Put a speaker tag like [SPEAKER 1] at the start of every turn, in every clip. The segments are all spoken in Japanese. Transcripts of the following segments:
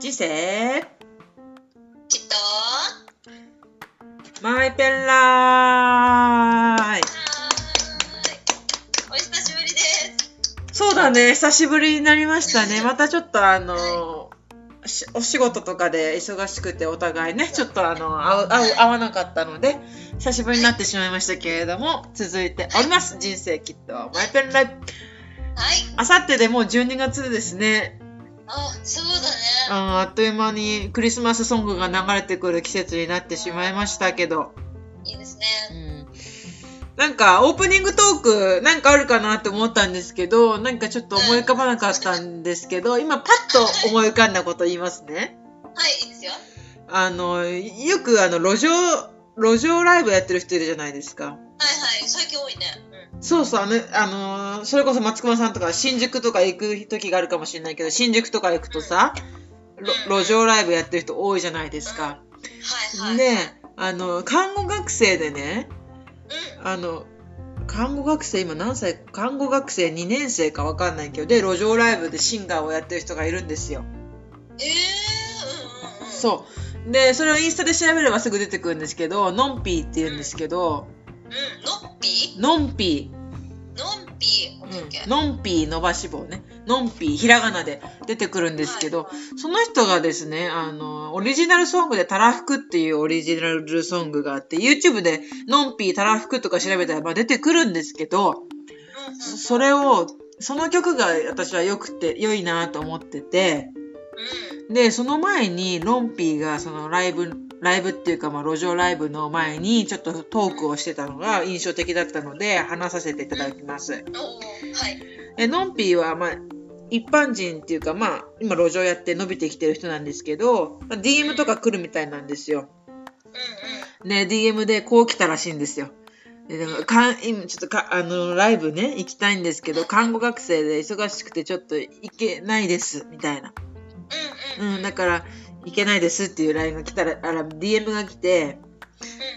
[SPEAKER 1] 知性
[SPEAKER 2] ちっとは
[SPEAKER 1] マイペンライ
[SPEAKER 2] ーいお久しぶりです
[SPEAKER 1] そうだね久しぶりになりましたねまたちょっとあのしお仕事とかで忙しくてお互いねちょっとあの会う会う会わなかったので久しぶりになってしまいましたけれども続いております人生きっとマイペンライ
[SPEAKER 2] はい
[SPEAKER 1] あさってでもう12月ですね
[SPEAKER 2] あそうだね
[SPEAKER 1] あーあっという間にクリスマスソングが流れてくる季節になってしまいましたけど
[SPEAKER 2] いいです
[SPEAKER 1] う
[SPEAKER 2] ね
[SPEAKER 1] んなんかオープニングトークなんかあるかなって思ったんですけどなんかちょっと思い浮かばなかったんですけど今パッと思い浮かんだこと言いますね。
[SPEAKER 2] はいいいですよ
[SPEAKER 1] あのよくあの路上路上ライブやってる人いるじゃないですか。
[SPEAKER 2] はいはい最近多いねうん
[SPEAKER 1] そうそうあの、あのそれこそ松隈さんとか新宿とか行く時があるかもしれないけど新宿とか行くとさろ路上ライブやってる人多いじゃないですか。
[SPEAKER 2] はいはい
[SPEAKER 1] であの看護学生でねあの看護学生今何歳看護学生2年生か分かんないけどで路上ライブでシンガーをやってる人がいるんですよ。
[SPEAKER 2] うんえーうんうんうん
[SPEAKER 1] そうでそれをインスタで調べればすぐ出てくるんですけどのんぴーって言うんですけど
[SPEAKER 2] うんのんぴ
[SPEAKER 1] のんぴ
[SPEAKER 2] のんぴオッケーオッケ
[SPEAKER 1] ー
[SPEAKER 2] ー
[SPEAKER 1] のんぴー伸ばし棒ねのんぴーひらがなで出てくるんですけど
[SPEAKER 2] はいはい
[SPEAKER 1] その人がですねあのオリジナルソングで「たらふく」っていうオリジナルソングがあって YouTube で「のんぴーたらふく」とか調べたらまあ出てくるんですけど、
[SPEAKER 2] うんうん
[SPEAKER 1] それをその曲が私は良くて良いなと思ってて
[SPEAKER 2] うん
[SPEAKER 1] でその前にロンピーがそのライブライブっていうかまあ路上ライブの前にちょっとトークをしてたのが印象的だったので話させていただきます。
[SPEAKER 2] おーはい
[SPEAKER 1] えのんぴーはまあ一般人っていうかまあ今路上やって伸びてきてる人なんですけどまあ DM とか来るみたいなんですよ。
[SPEAKER 2] うんうん
[SPEAKER 1] ね、DM でこう来たらしいんですよ。ででもかん今ちょっとかあのライブね行きたいんですけど看護学生で忙しくてちょっと行けないですみたいな、
[SPEAKER 2] うんうん
[SPEAKER 1] うん、だから行けないですっていう LINE が来たらあら DM が来て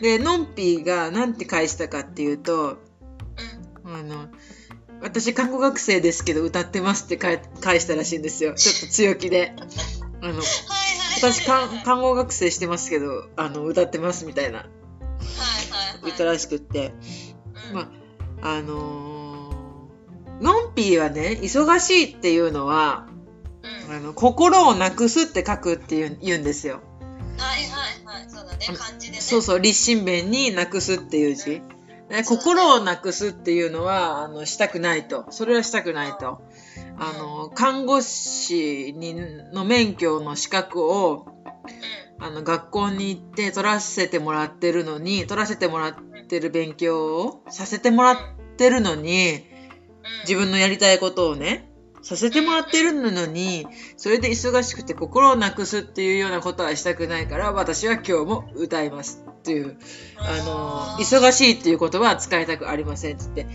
[SPEAKER 1] でのんぴーがなんて返したかっていうと
[SPEAKER 2] う
[SPEAKER 1] 「
[SPEAKER 2] ん
[SPEAKER 1] あの私看護学生ですけど歌ってます」って返返したらしいんですよちょっと強気で。あの
[SPEAKER 2] はいはいはい
[SPEAKER 1] 私看看護学生してますけどあの歌ってますみたいな
[SPEAKER 2] はいはいはい
[SPEAKER 1] 歌らしくって、
[SPEAKER 2] うん
[SPEAKER 1] まああのーのんぴーはね忙しいっていうのは
[SPEAKER 2] うん
[SPEAKER 1] あの心をなくすって書くっていうん言うんですよ
[SPEAKER 2] はいはいはいそうだね
[SPEAKER 1] あの
[SPEAKER 2] 漢字でね
[SPEAKER 1] そうそう立身弁になくすっていう字ね心をなくすっていうのはあのしたくないとそれはしたくないとあの看護師にの免許の資格を
[SPEAKER 2] う
[SPEAKER 1] あの学校に行って取らせてもらってるのに取らせてもらってる勉強をさせてもらってるのに
[SPEAKER 2] んうん
[SPEAKER 1] 自分のやりたいことをねさせてもらってるのにそれで忙しくて心をなくすっていうようなことはしたくないから私は今日も歌いますっていうあの
[SPEAKER 2] うん
[SPEAKER 1] 忙しいっていう言葉は使いたくありませんっつって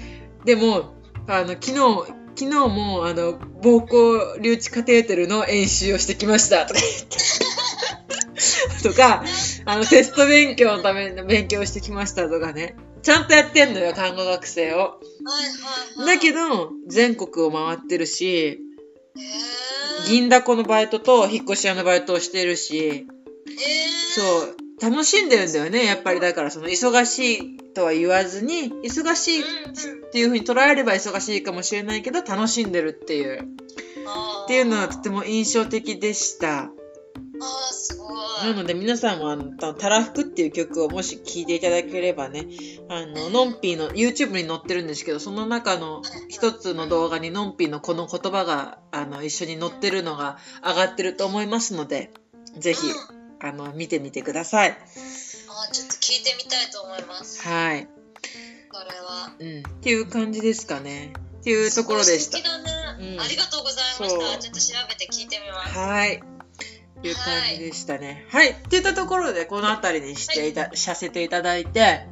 [SPEAKER 1] でもあの昨日昨日もあの膀胱留置カテーテルの演習をしてきましたとか言って とかあのテスト勉強のための勉強をしてきましたとかねちゃんとやってんのよ看護学生を。
[SPEAKER 2] はいはいはい
[SPEAKER 1] だけど全国を回ってるし
[SPEAKER 2] へー
[SPEAKER 1] 銀だこのバイトと引っ越し屋のバイトをしてるし
[SPEAKER 2] えー
[SPEAKER 1] そう楽しんでるんだよねやっぱりだからその忙しいとは言わずに忙しいっていう風に捉えれば忙しいかもしれないけど楽しんでるっていうっていうのはとても印象的でした
[SPEAKER 2] あーすごい
[SPEAKER 1] なので皆さんもあのた「たらふく」っていう曲をもし聴いていただければねあののんぴーの YouTube に載ってるんですけどその中の一つの動画にのんぴーのこの言葉があの一緒に載ってるのが上がってると思いますのでぜひ
[SPEAKER 2] うん
[SPEAKER 1] あの見てみてください。
[SPEAKER 2] あーちょっと聞いてみたいと思います
[SPEAKER 1] はい、
[SPEAKER 2] これは
[SPEAKER 1] うん、っていう感じですかね。っていうところでし
[SPEAKER 2] 素
[SPEAKER 1] た。
[SPEAKER 2] 敵だね
[SPEAKER 1] うん
[SPEAKER 2] ありがとうござい
[SPEAKER 1] そ
[SPEAKER 2] まし
[SPEAKER 1] う
[SPEAKER 2] たちょっと調べて聞いてみます
[SPEAKER 1] はい。っていう感じでしたね。はい。っていったところで、この辺りにしていた、させていただいて、
[SPEAKER 2] はい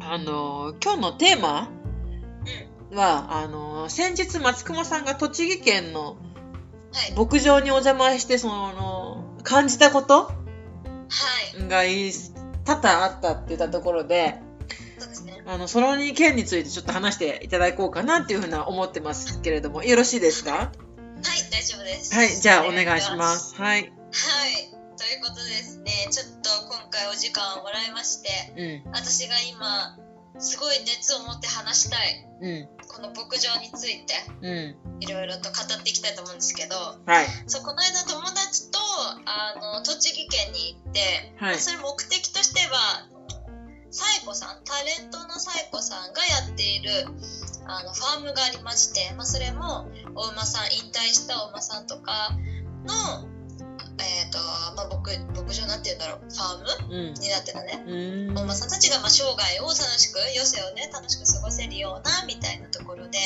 [SPEAKER 1] あのー今日のテーマは、あのー先日松隈さんが栃木県の
[SPEAKER 2] はい
[SPEAKER 1] 牧場にお邪魔して、その、感じたこと
[SPEAKER 2] はい
[SPEAKER 1] がい多々あったって言ったところで、
[SPEAKER 2] そうですね
[SPEAKER 1] あの、その2件についてちょっと話していただこうかなっていうふうな思ってますけれども、よろしいですか
[SPEAKER 2] はいはい、大丈夫です。
[SPEAKER 1] はい、じゃあお願いしま。す。はい。
[SPEAKER 2] はい、ということでですね、ちょっと今回お時間をもらいまして、
[SPEAKER 1] うん。
[SPEAKER 2] 私が今、すごい熱を持って話したい、
[SPEAKER 1] う
[SPEAKER 2] この牧場について、
[SPEAKER 1] ん。う
[SPEAKER 2] いろいろと語っていきたいと思うんですけど、
[SPEAKER 1] ん。はい。
[SPEAKER 2] そうこの間友達とあの栃木県に行って、
[SPEAKER 1] はい
[SPEAKER 2] まあそれ目的としてはサイコさんタレントのサイコさんがやっているあのファームがありまして、まあ、それもお馬さん引退したお馬さんとかの、えーとまあ、牧牧場なんて言うんだろうファーム
[SPEAKER 1] うん。
[SPEAKER 2] になってたね。
[SPEAKER 1] うーん。
[SPEAKER 2] お馬さんたちがまあ生涯を楽しく余生をね楽しく過ごせるようなみたいなところで、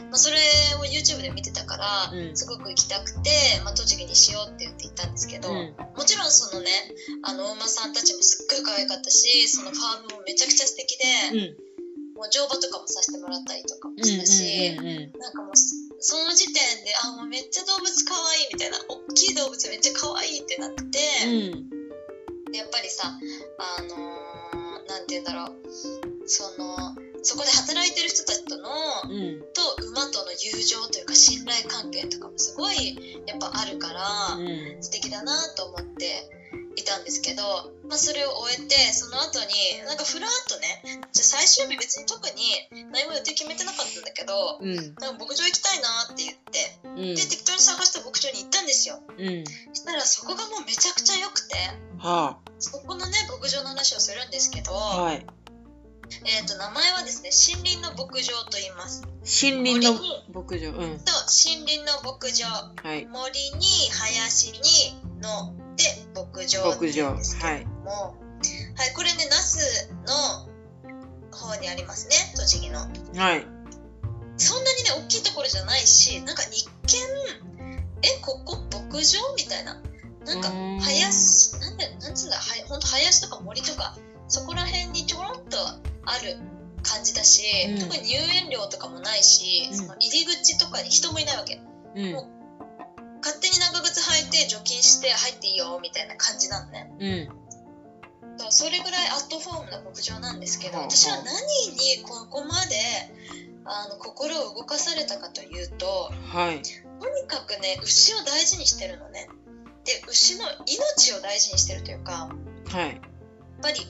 [SPEAKER 1] う
[SPEAKER 2] まあ、それを YouTube で見てたから、
[SPEAKER 1] うん
[SPEAKER 2] すごく行きたくて、まあ、栃木にしようって言って行ったんですけ
[SPEAKER 1] ん。
[SPEAKER 2] ど、
[SPEAKER 1] うん。
[SPEAKER 2] もちろんそのねあのお馬さんたちもすっごい可愛かったしそのファームもめちゃくちゃ素敵
[SPEAKER 1] うん。う
[SPEAKER 2] で、
[SPEAKER 1] ん。
[SPEAKER 2] もう乗馬とかもさせてもらったりとかもしたし、
[SPEAKER 1] うん。
[SPEAKER 2] なんかもうそその時点であもうめっちゃ動物可愛いみたいな大きい動物めっちゃ可愛いってなって、
[SPEAKER 1] うん。
[SPEAKER 2] でやっぱりさあのーなんて言うんだろうそのそこで働いてる人たちとの、
[SPEAKER 1] うん。
[SPEAKER 2] と馬との友情というか信頼関係とかもすごいやっぱあるから、
[SPEAKER 1] うん。
[SPEAKER 2] 素敵だなと思っていたんですけど、まあ、それを終えてその後になんかふらっとねじゃあ最終日別に特に何も予定決めてなかったんだけど
[SPEAKER 1] うん。
[SPEAKER 2] なんか牧場行きたいなって言っ
[SPEAKER 1] うん
[SPEAKER 2] てで。適当に探して牧場に行ったんですよ
[SPEAKER 1] うん。
[SPEAKER 2] そしたらそこがもうめちゃくちゃ良くて
[SPEAKER 1] は
[SPEAKER 2] そこのね牧場の話をするんですけど、
[SPEAKER 1] あ。はい。
[SPEAKER 2] えー、と名前はですね森林の牧場と言います
[SPEAKER 1] 森林の牧場。うん。
[SPEAKER 2] そう森林の牧場
[SPEAKER 1] はい。
[SPEAKER 2] 森に林にので牧場って
[SPEAKER 1] 牧
[SPEAKER 2] い
[SPEAKER 1] 場。
[SPEAKER 2] うんですけ
[SPEAKER 1] は
[SPEAKER 2] れ
[SPEAKER 1] い。
[SPEAKER 2] ども、はい、これね那須の方にありますね栃木の
[SPEAKER 1] はい。
[SPEAKER 2] そんなにね大きいところじゃないしなんか一見えここ牧場みたいななんか
[SPEAKER 1] うーん
[SPEAKER 2] 林なんだなんつうんだはやほんと林とか森とかそこら辺にちょろっとある感じだし、
[SPEAKER 1] うん
[SPEAKER 2] 特に入園料とかもないし、
[SPEAKER 1] うん
[SPEAKER 2] その入り口とかに人もいないわけ
[SPEAKER 1] うん。
[SPEAKER 2] 勝手に長靴履いて除菌して入っていいよみたいな感じなのね
[SPEAKER 1] うん。
[SPEAKER 2] そうそれぐらいアットホームな牧場なんですけ
[SPEAKER 1] う
[SPEAKER 2] ど
[SPEAKER 1] んうん
[SPEAKER 2] 私は何にここまであの心を動かされたかというと
[SPEAKER 1] はい。
[SPEAKER 2] とにかくね牛を大事にしてるのねで牛の命を大事にしてるというか
[SPEAKER 1] はい。
[SPEAKER 2] やっぱり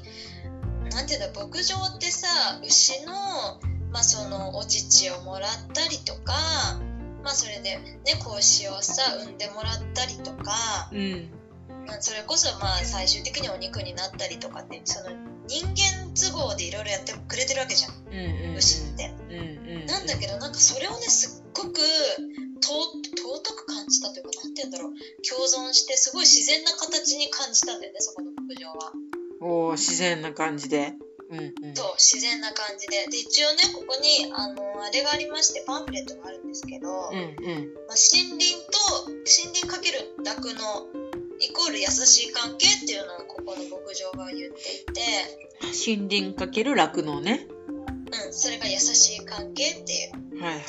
[SPEAKER 2] なんていうんだ牧場ってさ牛の,、まあそのお乳をもらったりとか、まあ、それで、ね、子牛をさ産んでもらったりとか、
[SPEAKER 1] うん。
[SPEAKER 2] まあそれこそまあ最終的にお肉になったりとかってその人間都合でいろいろやってくれてるわけじゃん
[SPEAKER 1] うん。うん。
[SPEAKER 2] 牛って。
[SPEAKER 1] うん。うん。
[SPEAKER 2] なんだけどなんかそれをねすっごく尊尊く感じたというかなんて言うんだろう共存してすごい自然な形に感じたんだよねそこの牧場は。
[SPEAKER 1] おー自然な感じで。うん。うん。
[SPEAKER 2] そう自然な感じでで一応ねここにあのあれがありましてパンフレットがあるんですけど、
[SPEAKER 1] うん。うん。
[SPEAKER 2] まあ、森林と森林かける酪農イコール優しい関係っていうのをここの牧場が言っていて、
[SPEAKER 1] 森林かける酪農ね。
[SPEAKER 2] うん、それが優しい関係っていう、
[SPEAKER 1] はい。はい。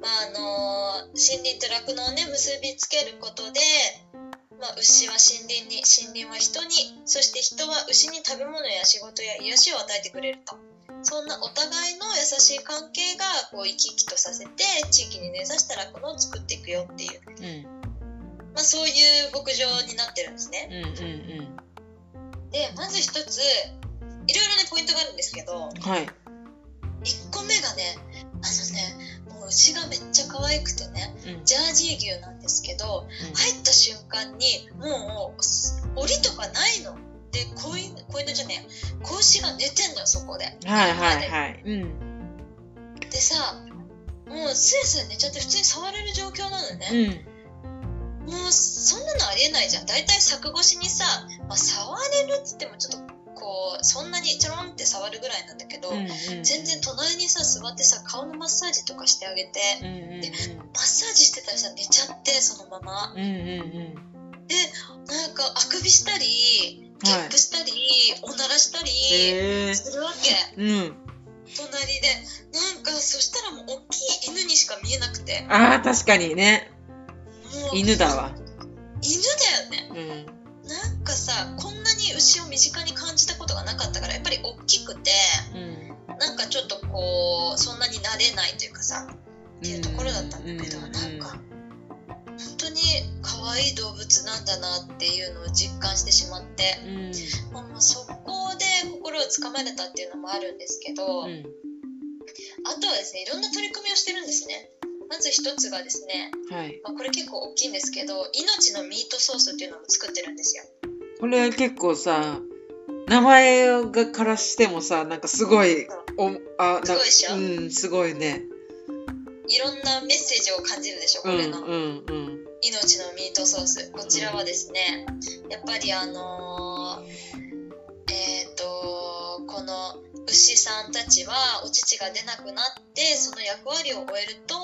[SPEAKER 2] まあ、あの森林と酪農をね結びつけることで、まあ、牛は森林に森林は人にそして人は牛に食べ物や仕事や癒しを与えてくれるとそんなお互いの優しい関係がこう生き生きとさせて地域に根ざした酪農を作っていくよっていう、
[SPEAKER 1] うん。
[SPEAKER 2] まあ、そういう牧場になってるんですね。
[SPEAKER 1] うん。うん。
[SPEAKER 2] でまず一ついろいろねポイントがあるんですけど
[SPEAKER 1] うん。はい。
[SPEAKER 2] 1個目がねあのねもう牛がめっちゃ可愛くてね
[SPEAKER 1] うん。
[SPEAKER 2] ジャージー牛なんですけど入った瞬間にもう檻とかないの。で子犬子犬じゃねえ子牛が寝てんのよそこで。
[SPEAKER 1] はいはいはい。うん。
[SPEAKER 2] でさもうスイスイ寝ちゃって普通に触れる状況なの
[SPEAKER 1] う
[SPEAKER 2] ね、
[SPEAKER 1] ん。
[SPEAKER 2] もうそんなのありえないじゃん大体柵越しにさ、まあ、触れるっつってもちょっとこうそんなにちょろんって触るぐらいなんだけど、
[SPEAKER 1] うん。
[SPEAKER 2] 全然隣にさ座ってさ顔のマッサージとかしてあげて
[SPEAKER 1] うん。うん。
[SPEAKER 2] マッサージしてたらさ寝ちゃってそのまま
[SPEAKER 1] うん。うん。
[SPEAKER 2] なんかあくびしたりゲ
[SPEAKER 1] は
[SPEAKER 2] ップしたり、おならした
[SPEAKER 1] い。
[SPEAKER 2] り
[SPEAKER 1] へえ。
[SPEAKER 2] するわけ
[SPEAKER 1] うん。
[SPEAKER 2] 隣でなんかそしたらもう大きい犬にしか見えなくて
[SPEAKER 1] ああ、確かにね。
[SPEAKER 2] もう
[SPEAKER 1] 犬だわ。
[SPEAKER 2] 犬だよね
[SPEAKER 1] うん。
[SPEAKER 2] なんかさこんなに牛を身近に感じたことがなかったからやっぱり大きくて
[SPEAKER 1] うん。
[SPEAKER 2] なんかちょっとこうそんなに慣れないというかさっていうところだったんだけど、
[SPEAKER 1] うん
[SPEAKER 2] なんか愛い動物なんだなっていうのを実感してしまって、
[SPEAKER 1] うん
[SPEAKER 2] まあ、もうそこで心をつかまれたっていうのもあるんですけど、
[SPEAKER 1] うん
[SPEAKER 2] あとはですねいろんな取り組みをしてるんですね。まず一つがですね、
[SPEAKER 1] はい
[SPEAKER 2] まあ、これ結構大きいんですけど命のミートソースっていうのも作ってるんですよ。
[SPEAKER 1] これ結構さ名前がからしてもさなんかすごいおあ
[SPEAKER 2] すごいでし
[SPEAKER 1] な
[SPEAKER 2] ょ
[SPEAKER 1] うんすごいね
[SPEAKER 2] いろんなメッセージを感じるでしょこ
[SPEAKER 1] うんう
[SPEAKER 2] れの、
[SPEAKER 1] んうん
[SPEAKER 2] 命のミートソースこちらはですねやっぱりあのーえっ、とこの牛さんたちはお乳が出なくなってその役割を終えると、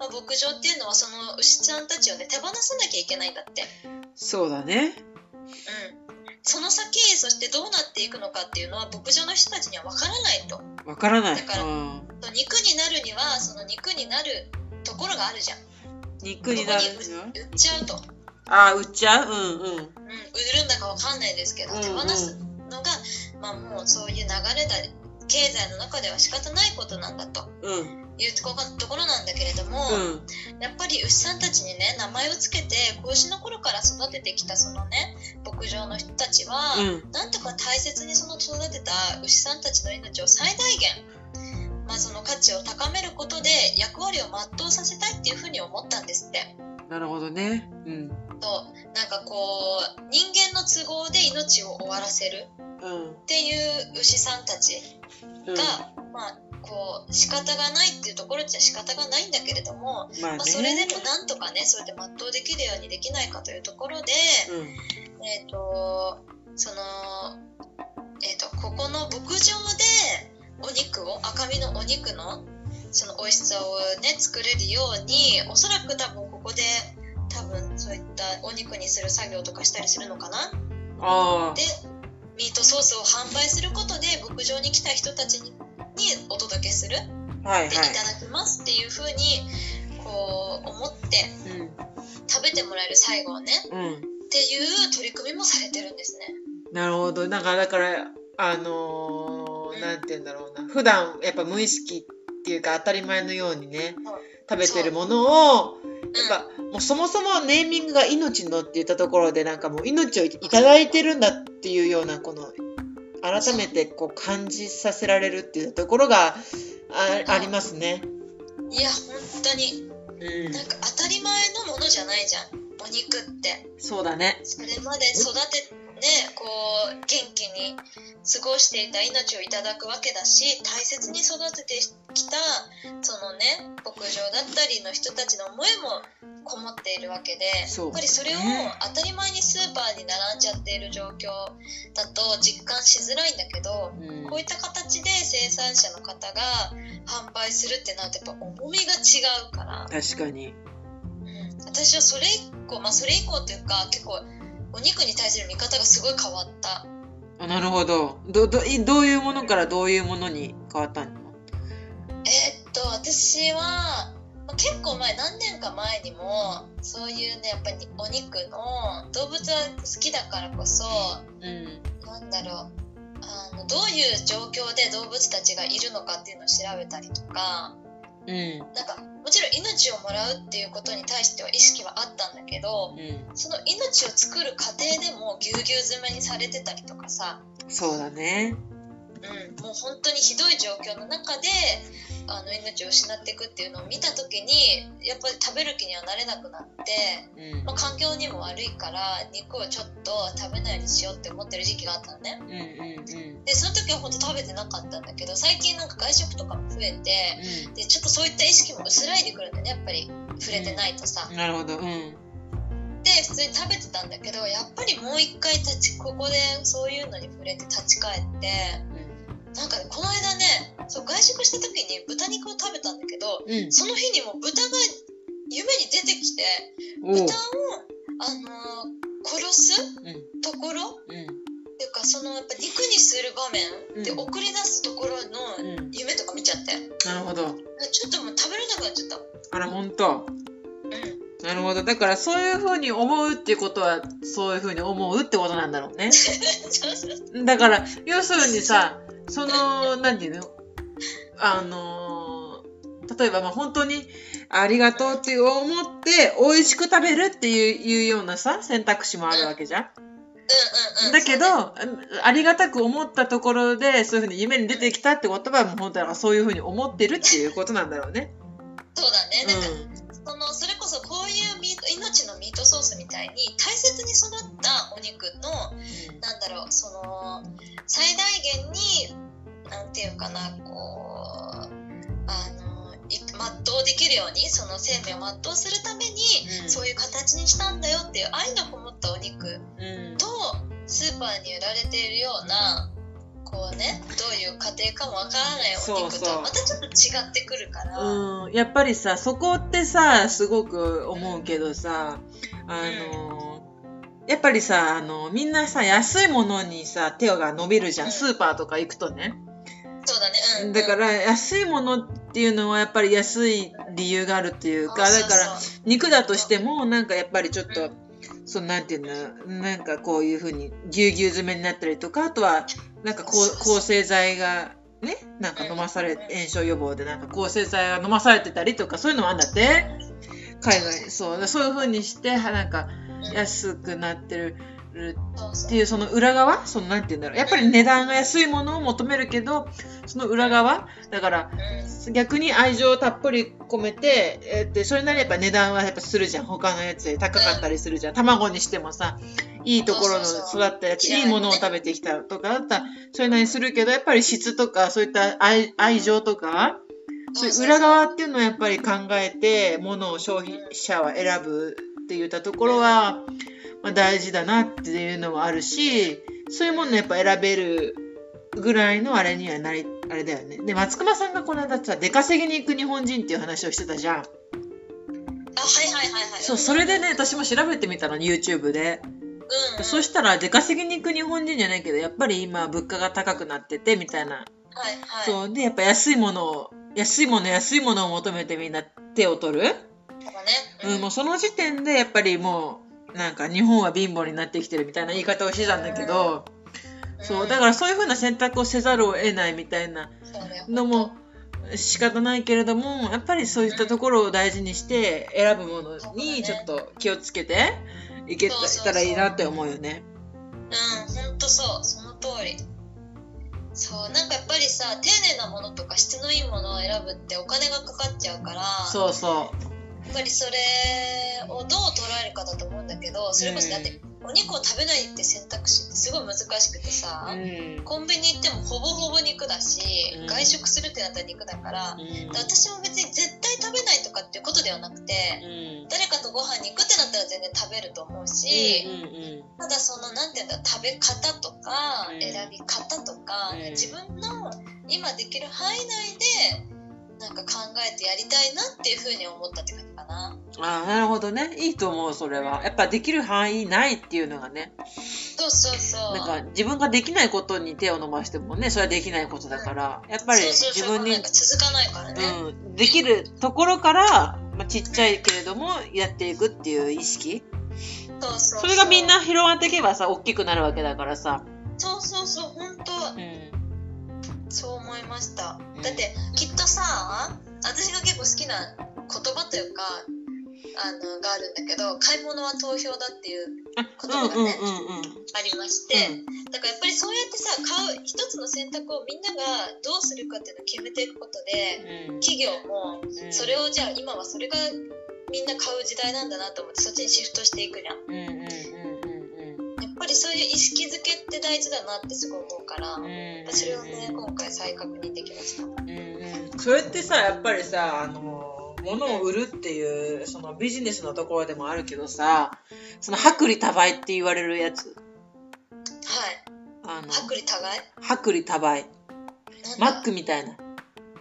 [SPEAKER 2] まあ、牧場っていうのはその牛さんたちをね手放さなきゃいけないんだって、
[SPEAKER 1] そうだね
[SPEAKER 2] うん、その先そしてどうなっていくのかっていうのは牧場の人たちには分からないと
[SPEAKER 1] わからない
[SPEAKER 2] だから
[SPEAKER 1] うん、
[SPEAKER 2] そう肉になるにはその肉になるところがあるじゃん
[SPEAKER 1] 肉になる
[SPEAKER 2] 売っちゃうと、
[SPEAKER 1] ああ売っちゃううんうん
[SPEAKER 2] うん、売るんだか分かんないですけど手放すのが、まあ、もうそういう流れだ経済の中では仕方ないことなんだと
[SPEAKER 1] うんうん
[SPEAKER 2] いうとこがところなんだけれども、
[SPEAKER 1] うん
[SPEAKER 2] やっぱり牛さんたちにね名前をつけて子牛の頃から育ててきたそのね牧場の人たちは、
[SPEAKER 1] うん
[SPEAKER 2] なんとか大切にその育てた牛さんたちの命を最大限、まあ、その価値を高めることで役割を全うさせたいっていうふうに思ったんですって。
[SPEAKER 1] なるほどねうん
[SPEAKER 2] となんかこう人間の都合で命を終わらせる
[SPEAKER 1] うん
[SPEAKER 2] っていう牛さんたち
[SPEAKER 1] うん
[SPEAKER 2] が、まあこう仕方がないっていうところじゃ仕方がないんだけれども、
[SPEAKER 1] まあ
[SPEAKER 2] まあ、
[SPEAKER 1] ね
[SPEAKER 2] それでもなんとかねそれで全うできるようにできないかというところで、
[SPEAKER 1] うん
[SPEAKER 2] えっ、とそのえっ、とここの牧場でお肉を赤身のお肉のその美味しさをね作れるようにおそらく多分ここで多分そういったお肉にする作業とかしたりするのかな
[SPEAKER 1] ああ
[SPEAKER 2] でミートソースを販売することで牧場に来た人たちにお届けする
[SPEAKER 1] はい
[SPEAKER 2] でい
[SPEAKER 1] は
[SPEAKER 2] ただきますっていう風にこう思って
[SPEAKER 1] いうん
[SPEAKER 2] 食べてもらえる最後をね
[SPEAKER 1] うん
[SPEAKER 2] っていう取り組みもされてるんですね。
[SPEAKER 1] なるほど。なんかだから、あの
[SPEAKER 2] う
[SPEAKER 1] ー、
[SPEAKER 2] ん
[SPEAKER 1] なんて言うんだろうな。普段やっぱ無意識っていうか当たり前のようにね
[SPEAKER 2] はい、
[SPEAKER 1] 食べてるものを、
[SPEAKER 2] うん
[SPEAKER 1] やっぱもうそもそもネーミングが命のって言ったところで、なんかもう命をいただいてるんだっていうような、この、改めてこう感じさせられるっていうところがあありますね。
[SPEAKER 2] いや本当に
[SPEAKER 1] うん。
[SPEAKER 2] なんか当たり前のものじゃないじゃんお肉って
[SPEAKER 1] そうだね。
[SPEAKER 2] それまで育てねこう元気に過ごしていた命をいただくわけだし大切に育ててきたそのね牧場だったりの人たちの思いもこもっているわけで
[SPEAKER 1] そう
[SPEAKER 2] やっぱりそれを
[SPEAKER 1] ね
[SPEAKER 2] 当たり前にスーパーに並んじゃっている状況だと実感しづらいんだけど
[SPEAKER 1] うん
[SPEAKER 2] こういった形で生産者の方が販売するってなるとやっぱ重みが違うから、
[SPEAKER 1] 確かに。
[SPEAKER 2] うん、私はそれ以降まあそれ以降というか結構お肉に対する見方がすごい変わった
[SPEAKER 1] あなるほど。ど、ど、いどういうものからどういうものに変わったの
[SPEAKER 2] えーっと私はまあ結構前何年か前にもそういうねやっぱりお肉の動物は好きだからこそ
[SPEAKER 1] うん。
[SPEAKER 2] なんだろうあのどういう状況で動物たちがいるのかっていうのを調べたりとか
[SPEAKER 1] うん。
[SPEAKER 2] なんかもちろん命をもらうっていうことに対しては意識はあったんだけど
[SPEAKER 1] うん、
[SPEAKER 2] その命を作る過程でもぎゅうぎゅう詰めにされてたりとかさ、
[SPEAKER 1] そうだね。
[SPEAKER 2] うん、もう本当にひどい状況の中であの命を失っていくっていうのを見た時にやっぱり食べる気にはなれなくなって、
[SPEAKER 1] うん
[SPEAKER 2] まあ、環境にも悪いから肉をちょっと食べないようにしようって思ってる時期があったのね
[SPEAKER 1] うんうんうん
[SPEAKER 2] でその時は本当食べてなかったんだけど最近なんか外食とかも増えてでちょっとそういった意識も薄らいでくるんだよねやっぱり触れてないとさ、
[SPEAKER 1] うん。なるほど。うん。
[SPEAKER 2] で普通に食べてたんだけどやっぱりもう一回立ちここでそういうのに触れて立ち返ってなんかねこの間ねそう外食した時に豚肉を食べたんだけど
[SPEAKER 1] うん。
[SPEAKER 2] その日にもう豚が夢に出てきて
[SPEAKER 1] おう
[SPEAKER 2] 豚を、あのー殺す
[SPEAKER 1] うん。
[SPEAKER 2] ところ
[SPEAKER 1] う
[SPEAKER 2] っていうかそのやっぱ肉にする場面で
[SPEAKER 1] うん
[SPEAKER 2] 送り出すところ
[SPEAKER 1] ん。
[SPEAKER 2] の
[SPEAKER 1] うん。
[SPEAKER 2] 夢とか見ちゃって
[SPEAKER 1] なるほど。
[SPEAKER 2] ちょっともう食べれなくなっちゃった。
[SPEAKER 1] あら、本当。
[SPEAKER 2] うん
[SPEAKER 1] なるほど。だから、そういうふうに思うっていうことは、そういうふうに思うってことなんだろうね。
[SPEAKER 2] そうそう
[SPEAKER 1] だから、要するにさ、その、なんていうのあのー例えば、まあ、本当にありがとうっていう思って美味しく食べるっていういうようなさ選択肢もあるわけじゃん。
[SPEAKER 2] うんうんうん
[SPEAKER 1] だけど、
[SPEAKER 2] そうね
[SPEAKER 1] ありがたく思ったところでそういうふうに夢に出てきたってことはもう本当はそういうふうに思ってるっていうことなんだろうね。
[SPEAKER 2] そうだねなんか、
[SPEAKER 1] う
[SPEAKER 2] そのそれこそこういうミート命のミートソースみたいに大切に育ったお肉の
[SPEAKER 1] ん
[SPEAKER 2] なんだろうその最大限になんていうかなこうあのい全うできるようにその生命を全うするために、
[SPEAKER 1] うん
[SPEAKER 2] そういう形にしたんだよっていう愛のこもったお肉
[SPEAKER 1] うん
[SPEAKER 2] とスーパーに売られているようなこうねどういう家庭かもわからないお肉と
[SPEAKER 1] そうそう
[SPEAKER 2] はまたちょっと違ってくるから。
[SPEAKER 1] うん、やっぱりさそこってさすごく思うけどさあの、やっぱりさあのみんなさ安いものにさ手が伸びるじゃ
[SPEAKER 2] うんん
[SPEAKER 1] スーパーとか行くとね
[SPEAKER 2] そうだね、うんうん、
[SPEAKER 1] だから安いものっていうのはやっぱり安い理由があるっていうかだから
[SPEAKER 2] そう
[SPEAKER 1] 肉だとしてもなんかやっぱりちょっ
[SPEAKER 2] う
[SPEAKER 1] とそのなんていうんだなんかこういうふうにぎゅうぎゅう詰めになったりとかあとはなんかこう
[SPEAKER 2] そうそう
[SPEAKER 1] 抗生剤がねなんか飲まされ
[SPEAKER 2] うん
[SPEAKER 1] 炎症予防でなんか抗生剤が飲まされてたりとかそういうのもあんだって海外そうそういうふうにしてはなんか安くなってる
[SPEAKER 2] そうそう
[SPEAKER 1] っていうその裏側そのなんて言うんだろうやっぱり値段が安いものを求めるけどその裏側だから
[SPEAKER 2] う
[SPEAKER 1] 逆に愛情をたっぷり込めて、えーってそれなりやっぱ値段はやっぱするじゃん他のやつより高かったりするじゃん卵にしてもさいいところの
[SPEAKER 2] そうそう
[SPEAKER 1] 育ったやつ
[SPEAKER 2] 違うよ
[SPEAKER 1] い
[SPEAKER 2] ね
[SPEAKER 1] いものを食べてきたとかだったらそれなりにするけどやっぱり質とかそういった愛愛情とか
[SPEAKER 2] ん
[SPEAKER 1] そういう裏側っていうのをやっぱり考えて物を消費者は選ぶっていったところは、まあ、大事だなっていうのはあるしそういうものをやっぱ選べるぐらいのあれにはなりあれだよね。で松隈さんがこの間さ出稼ぎに行く日本人っていう話をしてたじゃん。
[SPEAKER 2] あはいはいはいはい
[SPEAKER 1] そうそれでね私も調べてみたの YouTube で。
[SPEAKER 2] うんうん
[SPEAKER 1] そしたら出稼ぎに行く日本人じゃないけどやっぱり今物価が高くなっててみたいな
[SPEAKER 2] はいはい
[SPEAKER 1] そうでやっぱ安いものを安いもの安いものを求めてみんな手を取る、
[SPEAKER 2] だからね
[SPEAKER 1] うん、もうその時点でやっぱりもうなんか日本は貧乏になってきてるみたいな言い方をしてたんだけど、そうだ
[SPEAKER 2] ら
[SPEAKER 1] からそういうふうな選択をせざるを得ないみたいなのも仕方ないけれどもやっぱりそういったところを大事にして選ぶものにちょっと気をつけていけたらいいなって思うよね。
[SPEAKER 2] うんほんとそうその通りそうなんかやっぱりさ丁寧なものとか質のいいものを選ぶってお金がかかっちゃうから
[SPEAKER 1] そうそ
[SPEAKER 2] やっぱりそれをどう捉えるかだと思うんだけどそれこそだってお肉を食べないって選択肢ってすごい難しくて
[SPEAKER 1] う。
[SPEAKER 2] さ、
[SPEAKER 1] うん
[SPEAKER 2] コンビニ行ってもほぼほぼ肉だし、
[SPEAKER 1] うん
[SPEAKER 2] 外食するってなったら肉だから、
[SPEAKER 1] うん
[SPEAKER 2] で私も別に絶対食べないとかっていうことではなくて、
[SPEAKER 1] うん
[SPEAKER 2] 誰かとご飯に行くってなったら全然食べると思うし、ただそのなんていうんだ食べ方とか、
[SPEAKER 1] うん
[SPEAKER 2] 選び方とか、
[SPEAKER 1] うん
[SPEAKER 2] 自分の今できる範囲内でなんか考えてやりたいなっていうふうに思ったって感じかな。
[SPEAKER 1] ああなるほどねいいと思うそれはやっぱできる範囲内っていうのがね
[SPEAKER 2] そうそうそう。
[SPEAKER 1] なんか自分ができないことに手を伸ばしてもねそれはできないことだからやっぱり
[SPEAKER 2] そうそう
[SPEAKER 1] 自
[SPEAKER 2] そう
[SPEAKER 1] 分に
[SPEAKER 2] なんか続かないからね。
[SPEAKER 1] うん、できるところから、まあ、ちっちゃいけれどもやっていくっていう意識
[SPEAKER 2] そうそうそう
[SPEAKER 1] それがみんな広がっていけばさ大きくなるわけだからさ、
[SPEAKER 2] そうそうそう本当
[SPEAKER 1] うん、
[SPEAKER 2] そう思いました
[SPEAKER 1] うん
[SPEAKER 2] だってきっとさ私が結構好きな言葉というかあのがあるんだけど買い物は投票だっていう
[SPEAKER 1] あ
[SPEAKER 2] こ
[SPEAKER 1] う
[SPEAKER 2] とが
[SPEAKER 1] ん
[SPEAKER 2] ね
[SPEAKER 1] うんうんうん
[SPEAKER 2] ありまして、だからやっぱりそうやってさ買う一つの選択をみんながどうするかっていうのを決めていくことで
[SPEAKER 1] うん
[SPEAKER 2] 企業も
[SPEAKER 1] うん
[SPEAKER 2] それをじゃあ今はそれがみんな買う時代なんだなと思ってそっちにシフトしていくじゃん
[SPEAKER 1] うんうんうんうん
[SPEAKER 2] やっぱりそういう意識づけって大事だなってすごい思うから
[SPEAKER 1] うんうん
[SPEAKER 2] それをね今回再確認できました。
[SPEAKER 1] うんうんそれってさやっぱりさあの物を売るっていうそのビジネスのところでもあるけどさその薄利多売って言われるやつ
[SPEAKER 2] はい
[SPEAKER 1] あの
[SPEAKER 2] 薄利多売
[SPEAKER 1] 薄利多売
[SPEAKER 2] なんだ
[SPEAKER 1] マックみたいなだ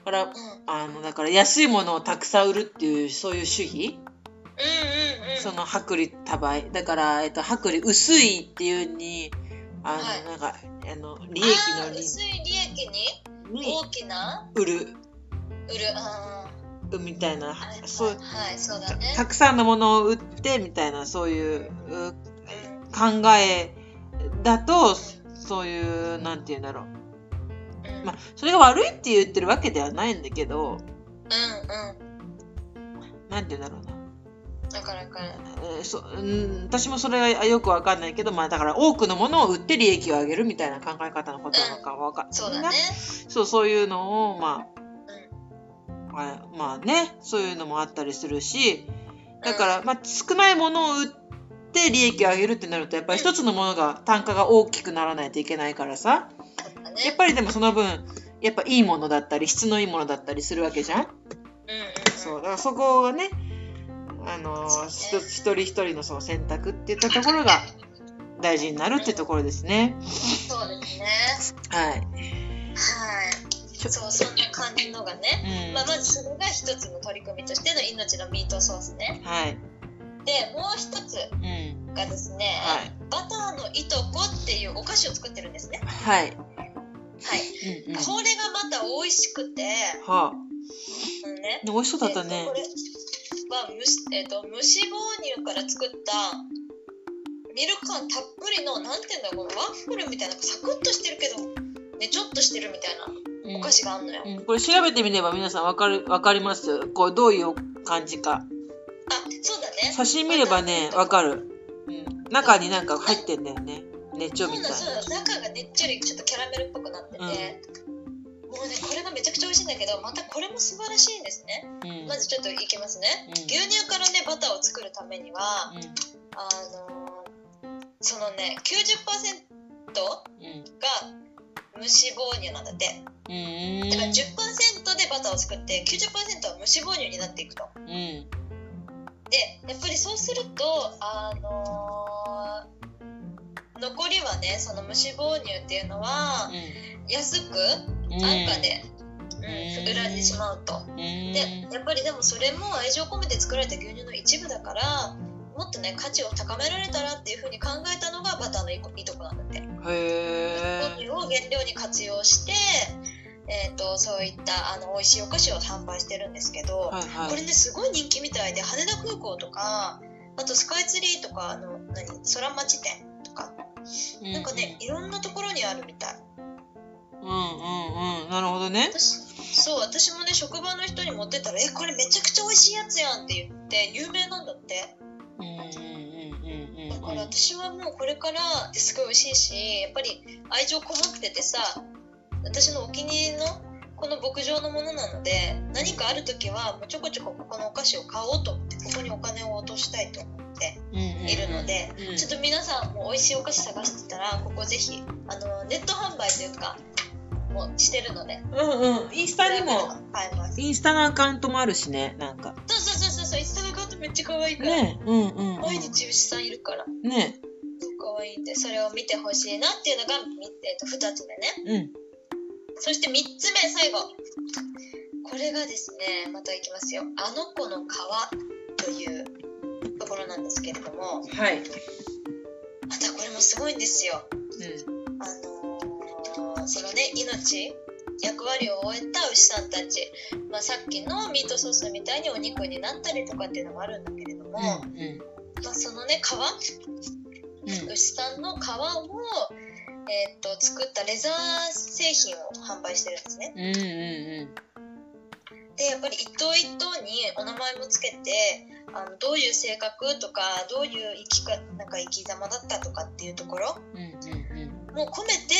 [SPEAKER 1] から
[SPEAKER 2] うん、うんうん
[SPEAKER 1] あのだから安いものをたくさん売るっていうそういう主義、
[SPEAKER 2] うん
[SPEAKER 1] その薄利多売だから、えっと、薄利薄いっていうにあの、
[SPEAKER 2] はい
[SPEAKER 1] なんかあの利益
[SPEAKER 2] あ
[SPEAKER 1] の
[SPEAKER 2] ー
[SPEAKER 1] 利
[SPEAKER 2] 薄い利益に
[SPEAKER 1] に
[SPEAKER 2] 大きな
[SPEAKER 1] 売る
[SPEAKER 2] 売るあ
[SPEAKER 1] みたいな
[SPEAKER 2] ーはい
[SPEAKER 1] そう
[SPEAKER 2] はいそうだ
[SPEAKER 1] た
[SPEAKER 2] ね
[SPEAKER 1] たくさんのものを売ってみたいなそういうう
[SPEAKER 2] うん
[SPEAKER 1] 考えだとそういうなんて言うんだろう
[SPEAKER 2] うん
[SPEAKER 1] まあそれが悪いって言ってるわけではないんだけど
[SPEAKER 2] うんうんう
[SPEAKER 1] なんて言うんだろうな。
[SPEAKER 2] んだからか
[SPEAKER 1] えーそうん私もそれはよくわかんないけど、まあだから多くのものを売って利益を上げるみたいな考え方のことなのかわかん
[SPEAKER 2] そうだ
[SPEAKER 1] な
[SPEAKER 2] ね
[SPEAKER 1] そう、そういうのを、まあ、あまあね、そういうのもあったりするし、だから、まあ、少ないものを売って利益を上げるってなると、やっぱり一つのものが単価が大きくならないといけないからさ、
[SPEAKER 2] うんそうだ
[SPEAKER 1] やっ
[SPEAKER 2] ね
[SPEAKER 1] ぱりでもその分、やっぱいいものだったり、質のいいものだったりするわけじゃん
[SPEAKER 2] うんうん
[SPEAKER 1] そう、だからそこがね、あの
[SPEAKER 2] そうね
[SPEAKER 1] ひと一人一人のその選択っていったところが大事になるっていうところですね。
[SPEAKER 2] そうですね
[SPEAKER 1] はい。
[SPEAKER 2] はいそうそんな感じのがね、
[SPEAKER 1] うん
[SPEAKER 2] まあ、まずそれが一つの取り組みとしての命のミートソースね
[SPEAKER 1] はい。
[SPEAKER 2] でもう一つ
[SPEAKER 1] うん。
[SPEAKER 2] がですね、
[SPEAKER 1] はい。
[SPEAKER 2] バターのいとこっていうお菓子を作ってるんですね
[SPEAKER 1] はい。
[SPEAKER 2] はい
[SPEAKER 1] うんうん。
[SPEAKER 2] これがまた美味しくて、
[SPEAKER 1] はあ。
[SPEAKER 2] うんね
[SPEAKER 1] ね美味しそうだったね
[SPEAKER 2] えっとこ。れはむし、えっと無脂肪乳から作ったミルク感たっぷりのなんていうんだろうこのワッフルみたいなサクッとしてるけどねちょっとしてるみたいな
[SPEAKER 1] うん
[SPEAKER 2] お菓子があんのよ、あ
[SPEAKER 1] うん、これ調べてみれば皆さんわかるわかりますよこうどういう感じか
[SPEAKER 2] そうだね
[SPEAKER 1] 写真見ればねわかる、うん、中になんか入ってんだよね熱
[SPEAKER 2] そ
[SPEAKER 1] 調
[SPEAKER 2] う
[SPEAKER 1] み
[SPEAKER 2] だ
[SPEAKER 1] たい
[SPEAKER 2] そうだ中がねっちょりちょっとキャラメルっぽくなってて、
[SPEAKER 1] うん
[SPEAKER 2] もうねこれがめちゃくちゃ美味しいんだけどまたこれも素晴らしいんですね
[SPEAKER 1] うんうん
[SPEAKER 2] まずちょっといきますね牛乳からねバターを作るためにはあのーそのね90%が
[SPEAKER 1] うん
[SPEAKER 2] 無脂肪乳なんだって
[SPEAKER 1] うんうん
[SPEAKER 2] だから10%でバターを作って90%は無脂肪乳になっていくと
[SPEAKER 1] うん
[SPEAKER 2] でやっぱりそうするとあのー残りはねその無脂肪乳っていうのは安く
[SPEAKER 1] うん
[SPEAKER 2] 安価で、うん
[SPEAKER 1] うん
[SPEAKER 2] 売られてしまうと
[SPEAKER 1] うん
[SPEAKER 2] でやっぱりでもそれも愛情込めて作られた牛乳の一部だからもっとね価値を高められたらっていうふうに考えたのがバターのいいいとこなんだって。
[SPEAKER 1] へ
[SPEAKER 2] 牛乳を原料に活用して、えー、とそういったあの美味しいお菓子を販売してるんですけど、
[SPEAKER 1] ーはいは
[SPEAKER 2] これ
[SPEAKER 1] い
[SPEAKER 2] ねすごい人気みたいで羽田空港とかあとスカイツリーとかあの何空町店とか
[SPEAKER 1] うん
[SPEAKER 2] なんかね、いろんなところにあるみたい
[SPEAKER 1] うんうんうんなるほどね
[SPEAKER 2] 私そう私もね職場の人に持ってったら「えこれめちゃくちゃ美味しいやつやん」って言って有名なんだって
[SPEAKER 1] うんうんうんうんうん
[SPEAKER 2] だから私はもうこれからってすごい美味しいしやっぱり愛情こもっててさ私のお気に入りのこの牧場のものなので何かある時はもうちょこちょこここのお菓子を買おうと思ってここにお金を落としたいと思って
[SPEAKER 1] うん
[SPEAKER 2] いるので、
[SPEAKER 1] うんうん
[SPEAKER 2] ちょっと皆さんも美味しいお菓子探してたらここぜひあのネット販売というかもうしてるので
[SPEAKER 1] うんうんインスタにも
[SPEAKER 2] 買えます
[SPEAKER 1] インスタのアカウントもあるしねなんか
[SPEAKER 2] そうそうそうそうそうインスタのアカウントめっちゃ可愛いから、
[SPEAKER 1] ねうんうんうん
[SPEAKER 2] 毎日牛さんいるから
[SPEAKER 1] ね
[SPEAKER 2] 可愛いんでそれを見てほしいなっていうのが、みえっと2つ目
[SPEAKER 1] う
[SPEAKER 2] ね
[SPEAKER 1] ん
[SPEAKER 2] そして3つ目最後これがですねまたいきますよ「あの子の皮」というところなんですけれどもま
[SPEAKER 1] はい。うん。
[SPEAKER 2] たこれもすごいんですよあのーそのね命役割を終えた牛さんたち、まあ、さっきのミートソースみたいにお肉になったりとかっていうのもあるんだけれども、ま
[SPEAKER 1] うん。うん。
[SPEAKER 2] あ、そのね皮
[SPEAKER 1] う
[SPEAKER 2] 牛さんの皮を、えー、と作ったレザー製品を販売してるんですね
[SPEAKER 1] ん。うん。うん。
[SPEAKER 2] でやっぱり一頭一頭にお名前もつけてあのどういう性格とかどういう生きかなんか生き様だったとかっていうところ
[SPEAKER 1] うん。うん。
[SPEAKER 2] もう込めて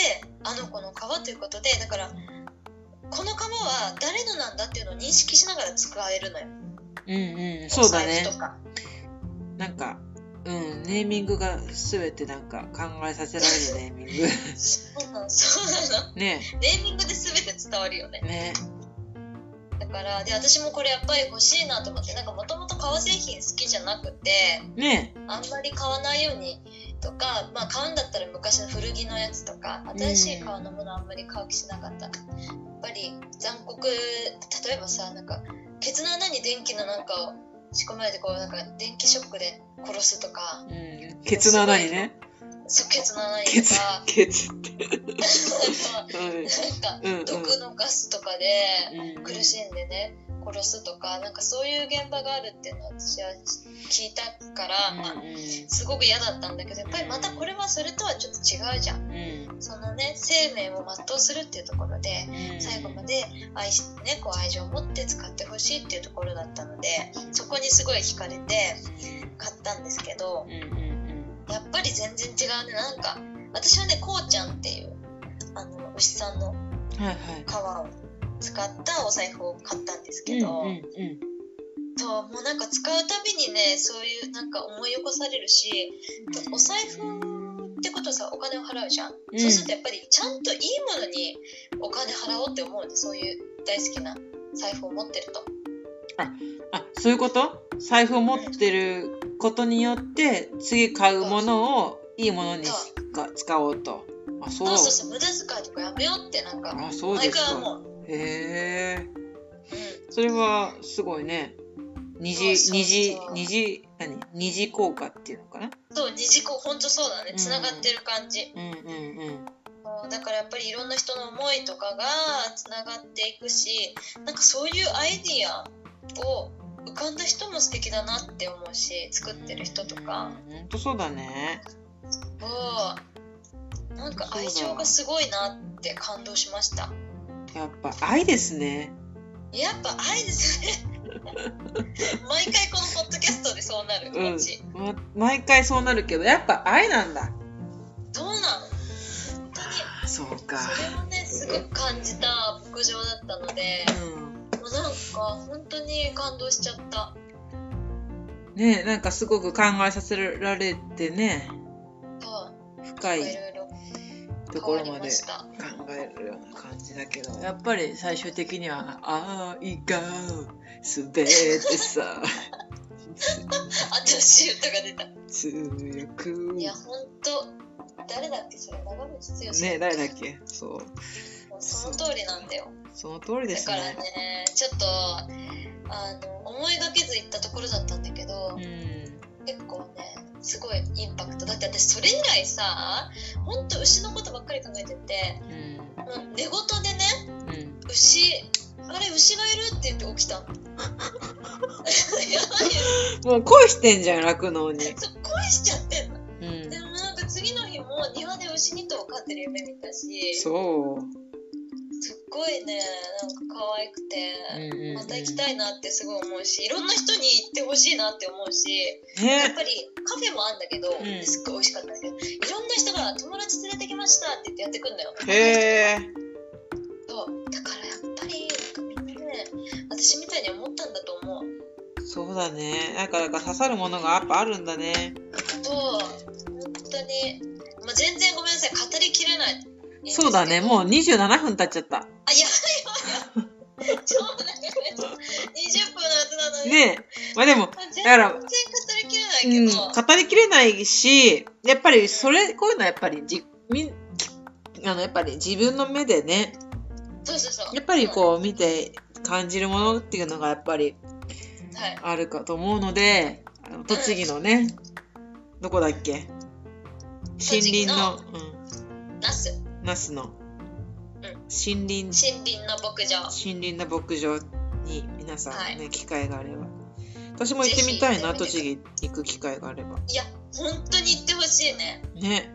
[SPEAKER 2] あの子の皮ということでだからこの皮は誰のなんだっていうのを認識しながら使えるのよ
[SPEAKER 1] うん。うん。そうだ
[SPEAKER 2] お財
[SPEAKER 1] ね
[SPEAKER 2] 布と。か
[SPEAKER 1] なんか。うん、ネーミングがすべてなんか考えさせられるネー ミング。
[SPEAKER 2] そうなのそうなの
[SPEAKER 1] ね
[SPEAKER 2] ネーミングで全て伝わるよね
[SPEAKER 1] ね
[SPEAKER 2] だからで私もこれやっぱり欲しいなと思ってなんかもともと革製品好きじゃなくて
[SPEAKER 1] ね
[SPEAKER 2] あんまり買わないようにとか、まあ、買うんだったら昔の古着のやつとか新しい革のものあんまり買う気しなかった、やっぱり残酷例えばさなんかケツの穴に電気のなんかを仕込まれてこうなんか電気ショックで殺すとか
[SPEAKER 1] うん。ケツの穴にね。
[SPEAKER 2] そうケツの穴にと
[SPEAKER 1] ケツ
[SPEAKER 2] か。
[SPEAKER 1] ケツって。う
[SPEAKER 2] あとなんか
[SPEAKER 1] ん。うん。
[SPEAKER 2] 毒のガスとかで
[SPEAKER 1] うん。
[SPEAKER 2] 苦しんでね殺すとかなんかそういう現場があるっていうのは私は聞いたから、まあ
[SPEAKER 1] う
[SPEAKER 2] すごく嫌だったんだけどやっぱりまたこれはそれとはちょっと違うじゃん。
[SPEAKER 1] ん。うん。
[SPEAKER 2] そのね生命を全うするっていうところで最後まで愛し、ね、こう愛情を持って使ってほしいっていうところだったのでそこにすごい惹かれて買ったんですけど
[SPEAKER 1] うんうんうん
[SPEAKER 2] やっぱり全然違うねなんか私はねこうちゃんっていうあの牛さんの
[SPEAKER 1] はいはい
[SPEAKER 2] 皮を使ったお財布を買ったんですけど、
[SPEAKER 1] うんうんうん
[SPEAKER 2] そうもうなんか使うたびにねそういうなんか思い起こされるしお財布ってことはさお金を払うじゃん、
[SPEAKER 1] うん
[SPEAKER 2] そうするとやっぱりちゃんといいものにお金払おうって思うねそういう大好きな財布を持ってると
[SPEAKER 1] あそういうこと財布を持ってることによって次買うものをいいものにしか使おうとあそう
[SPEAKER 2] そうそうそう無駄遣いとかやめようってなんか
[SPEAKER 1] あそうで
[SPEAKER 2] 毎
[SPEAKER 1] す
[SPEAKER 2] 回
[SPEAKER 1] か
[SPEAKER 2] 思う、うん、
[SPEAKER 1] へえそれはすごいね二次
[SPEAKER 2] そうそうそ
[SPEAKER 1] 二次
[SPEAKER 2] う
[SPEAKER 1] 二次何二次効果っていうのかな
[SPEAKER 2] そう二次こほんとそうだね
[SPEAKER 1] うん
[SPEAKER 2] つながってる感じ、
[SPEAKER 1] うんうんうん
[SPEAKER 2] そうだからやっぱりいろんな人の思いとかがつながっていくしなんかそういうアイディアを浮かんだ人も素敵だなって思うし作ってる人とか
[SPEAKER 1] うんほんとそうだね
[SPEAKER 2] をなんか愛情がすごいなって感動しました
[SPEAKER 1] やっぱ愛ですね
[SPEAKER 2] やっぱ 愛ですね毎回このポッドキャストでそうなる
[SPEAKER 1] う
[SPEAKER 2] こ
[SPEAKER 1] ん
[SPEAKER 2] っち、
[SPEAKER 1] ま毎回そうなるけどやっぱ愛なんだ
[SPEAKER 2] どうなの本当に
[SPEAKER 1] そうか
[SPEAKER 2] それをねすごく感じた牧場だったので
[SPEAKER 1] うん
[SPEAKER 2] もうなんか本当に感動しちゃった
[SPEAKER 1] ねえなんかすごく考えさせられてね
[SPEAKER 2] そう
[SPEAKER 1] 深
[SPEAKER 2] い
[SPEAKER 1] い
[SPEAKER 2] ろいろ
[SPEAKER 1] と
[SPEAKER 2] 変
[SPEAKER 1] こ
[SPEAKER 2] わ
[SPEAKER 1] ろ
[SPEAKER 2] り
[SPEAKER 1] ま
[SPEAKER 2] ま
[SPEAKER 1] で
[SPEAKER 2] した。
[SPEAKER 1] 考えるような感じだけどやっぱり最終的には「愛がすべてさ
[SPEAKER 2] 新しい歌が出た。
[SPEAKER 1] 強く」
[SPEAKER 2] いや、
[SPEAKER 1] ね
[SPEAKER 2] ほんと、誰だっけ、それ、長渕剛。
[SPEAKER 1] え誰だっけそう
[SPEAKER 2] もうその通りなんだよ。
[SPEAKER 1] その通りで
[SPEAKER 2] だ
[SPEAKER 1] す
[SPEAKER 2] から
[SPEAKER 1] ね
[SPEAKER 2] ね、ちょっと、あの、思いがけず行ったところだったんだけど、結構ね、すごいインパクト。だって私、それ以来さ、ほんと牛のことばっかり考えてて、
[SPEAKER 1] うんうん
[SPEAKER 2] もう寝言でね、
[SPEAKER 1] うん
[SPEAKER 2] 牛、あれ、牛がいるって言って起きたの。やば いよ
[SPEAKER 1] もう恋してんじゃん酪農に、
[SPEAKER 2] そう恋しちゃってんの。
[SPEAKER 1] うん
[SPEAKER 2] で、もなんか次の日も庭で牛2頭飼ってる夢見たしすっ
[SPEAKER 1] そう、
[SPEAKER 2] ごいねなんか可愛く
[SPEAKER 1] うんう
[SPEAKER 2] て、
[SPEAKER 1] んうん、
[SPEAKER 2] また行きたいなってすごい思うしいろんな人に行ってほしいなって思うしやっ
[SPEAKER 1] ね
[SPEAKER 2] ぱりカフェもあんだけど、
[SPEAKER 1] ん
[SPEAKER 2] すっごい美味しかったんだけどいろんな人が「友達連れてきました」って言ってやってくんだよ。
[SPEAKER 1] へえ
[SPEAKER 2] そうだからやっぱりなんかみんなね私みたいに思ったんだと思う。
[SPEAKER 1] そうだねなんかなんか刺さるものがやっぱあるんだね
[SPEAKER 2] と本当に、まあ、全然ごめんなさい語りきれないんですけど。
[SPEAKER 1] そうだねもう27分経っちゃった
[SPEAKER 2] あ、やばいやばい。超長くなっちゃった。20分のはずなのに。
[SPEAKER 1] ねえまあでも
[SPEAKER 2] 全
[SPEAKER 1] だ
[SPEAKER 2] 然
[SPEAKER 1] から
[SPEAKER 2] 語りきれな
[SPEAKER 1] う
[SPEAKER 2] い
[SPEAKER 1] ん、
[SPEAKER 2] けど、
[SPEAKER 1] 語りきれないしやっぱりそれこういうのはやっぱりじみあのやっぱり自分の目でね
[SPEAKER 2] そうそうそう。
[SPEAKER 1] やっぱりこう見て感じるものっていうのがやっぱり
[SPEAKER 2] うん。はい。
[SPEAKER 1] あるかと思うのであの栃木のねどこだっけ森林の、
[SPEAKER 2] ナス。
[SPEAKER 1] うん、ナスの森林
[SPEAKER 2] 森林の牧場。
[SPEAKER 1] 森林の牧場に皆さんね、
[SPEAKER 2] は
[SPEAKER 1] 機会があれば私も行ってみたいな
[SPEAKER 2] ぜ
[SPEAKER 1] 栃
[SPEAKER 2] ひ
[SPEAKER 1] 木行く機会があれば
[SPEAKER 2] いや、本当に行ってほしいね。
[SPEAKER 1] ね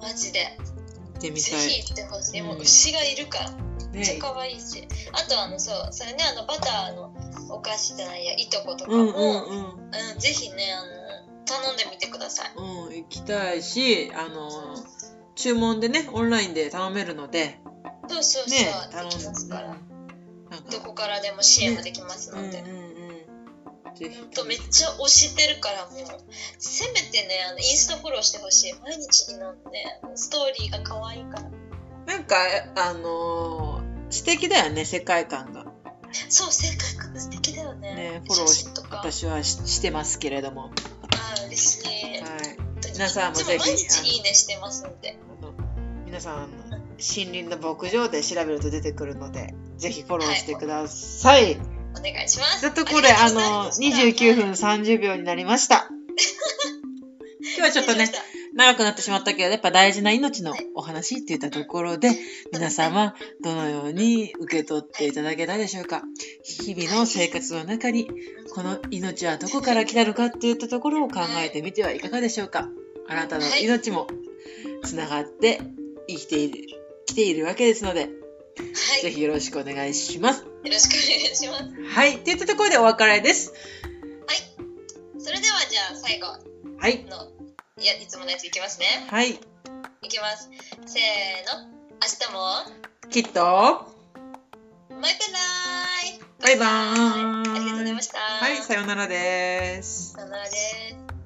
[SPEAKER 2] マジで。
[SPEAKER 1] 行ってみ
[SPEAKER 2] ぜ
[SPEAKER 1] たい
[SPEAKER 2] ひ行ってほしい。
[SPEAKER 1] うん
[SPEAKER 2] もう牛がいるから。めっちゃ
[SPEAKER 1] ね
[SPEAKER 2] 可愛いし。あと、あの、そう、それね、あの、バターのお菓子じゃないや、いとことか
[SPEAKER 1] う
[SPEAKER 2] も、うん
[SPEAKER 1] う
[SPEAKER 2] ん
[SPEAKER 1] んうん
[SPEAKER 2] ぜひね、あの、頼んでみてください。
[SPEAKER 1] うん、行きたいし、あの、注文でね、オンラインで頼めるので、
[SPEAKER 2] そうそうそう。
[SPEAKER 1] ね、
[SPEAKER 2] で
[SPEAKER 1] 頼
[SPEAKER 2] きます
[SPEAKER 1] んで、
[SPEAKER 2] か
[SPEAKER 1] うんな
[SPEAKER 2] ら。
[SPEAKER 1] ん
[SPEAKER 2] ど
[SPEAKER 1] か、
[SPEAKER 2] こからでも支援もできます
[SPEAKER 1] う
[SPEAKER 2] の
[SPEAKER 1] んうん
[SPEAKER 2] で。
[SPEAKER 1] うん。ぜひ
[SPEAKER 2] ほんとめっちゃ推してるからもうせめてねあのインスタフォローしてほしい毎日のねあのストーリーが可愛いから
[SPEAKER 1] なんか、あのー素敵だよね、世界観が。
[SPEAKER 2] そう正解感が素敵だよね
[SPEAKER 1] ねフォロー
[SPEAKER 2] 写
[SPEAKER 1] し
[SPEAKER 2] 真とか
[SPEAKER 1] 私はししてますけれども。は
[SPEAKER 2] あー嬉しい
[SPEAKER 1] い。
[SPEAKER 2] 本当に
[SPEAKER 1] 皆さんも
[SPEAKER 2] いつ
[SPEAKER 1] ぜひ
[SPEAKER 2] 毎日いいねしてますんで
[SPEAKER 1] あの皆さん、あの森林の牧場で調べると出てくるので、ぜひフォローしてください。
[SPEAKER 2] お願いします
[SPEAKER 1] ちょっとこれ、あ
[SPEAKER 2] りがとう
[SPEAKER 1] の、
[SPEAKER 2] ございました
[SPEAKER 1] 29分30秒になりました。今日はちょっとね
[SPEAKER 2] 失礼しまし、た
[SPEAKER 1] 長くなってしまったけど、やっぱ大事な命のお話って言ったところで、皆様、どのように受け取っていただけたでしょうか。日々の生活の中に、この命はどこから来たのかっていったところを考えてみてはいかがでしょうか。あなたの命もつながって生きている来ているわけですので、
[SPEAKER 2] はい、
[SPEAKER 1] ぜ
[SPEAKER 2] よ
[SPEAKER 1] ひよろしくお願いします。
[SPEAKER 2] ろしくお願いします。
[SPEAKER 1] はい、といったところでお別れです。
[SPEAKER 2] それではじゃあ最後
[SPEAKER 1] はい、
[SPEAKER 2] のいやいつものやついきますね。
[SPEAKER 1] はい、
[SPEAKER 2] いきます。せーの、明日も
[SPEAKER 1] きっと、
[SPEAKER 2] マイペナイ。
[SPEAKER 1] バイバーイ
[SPEAKER 2] ありがとうございました。
[SPEAKER 1] はい、さようならです。
[SPEAKER 2] さよならです。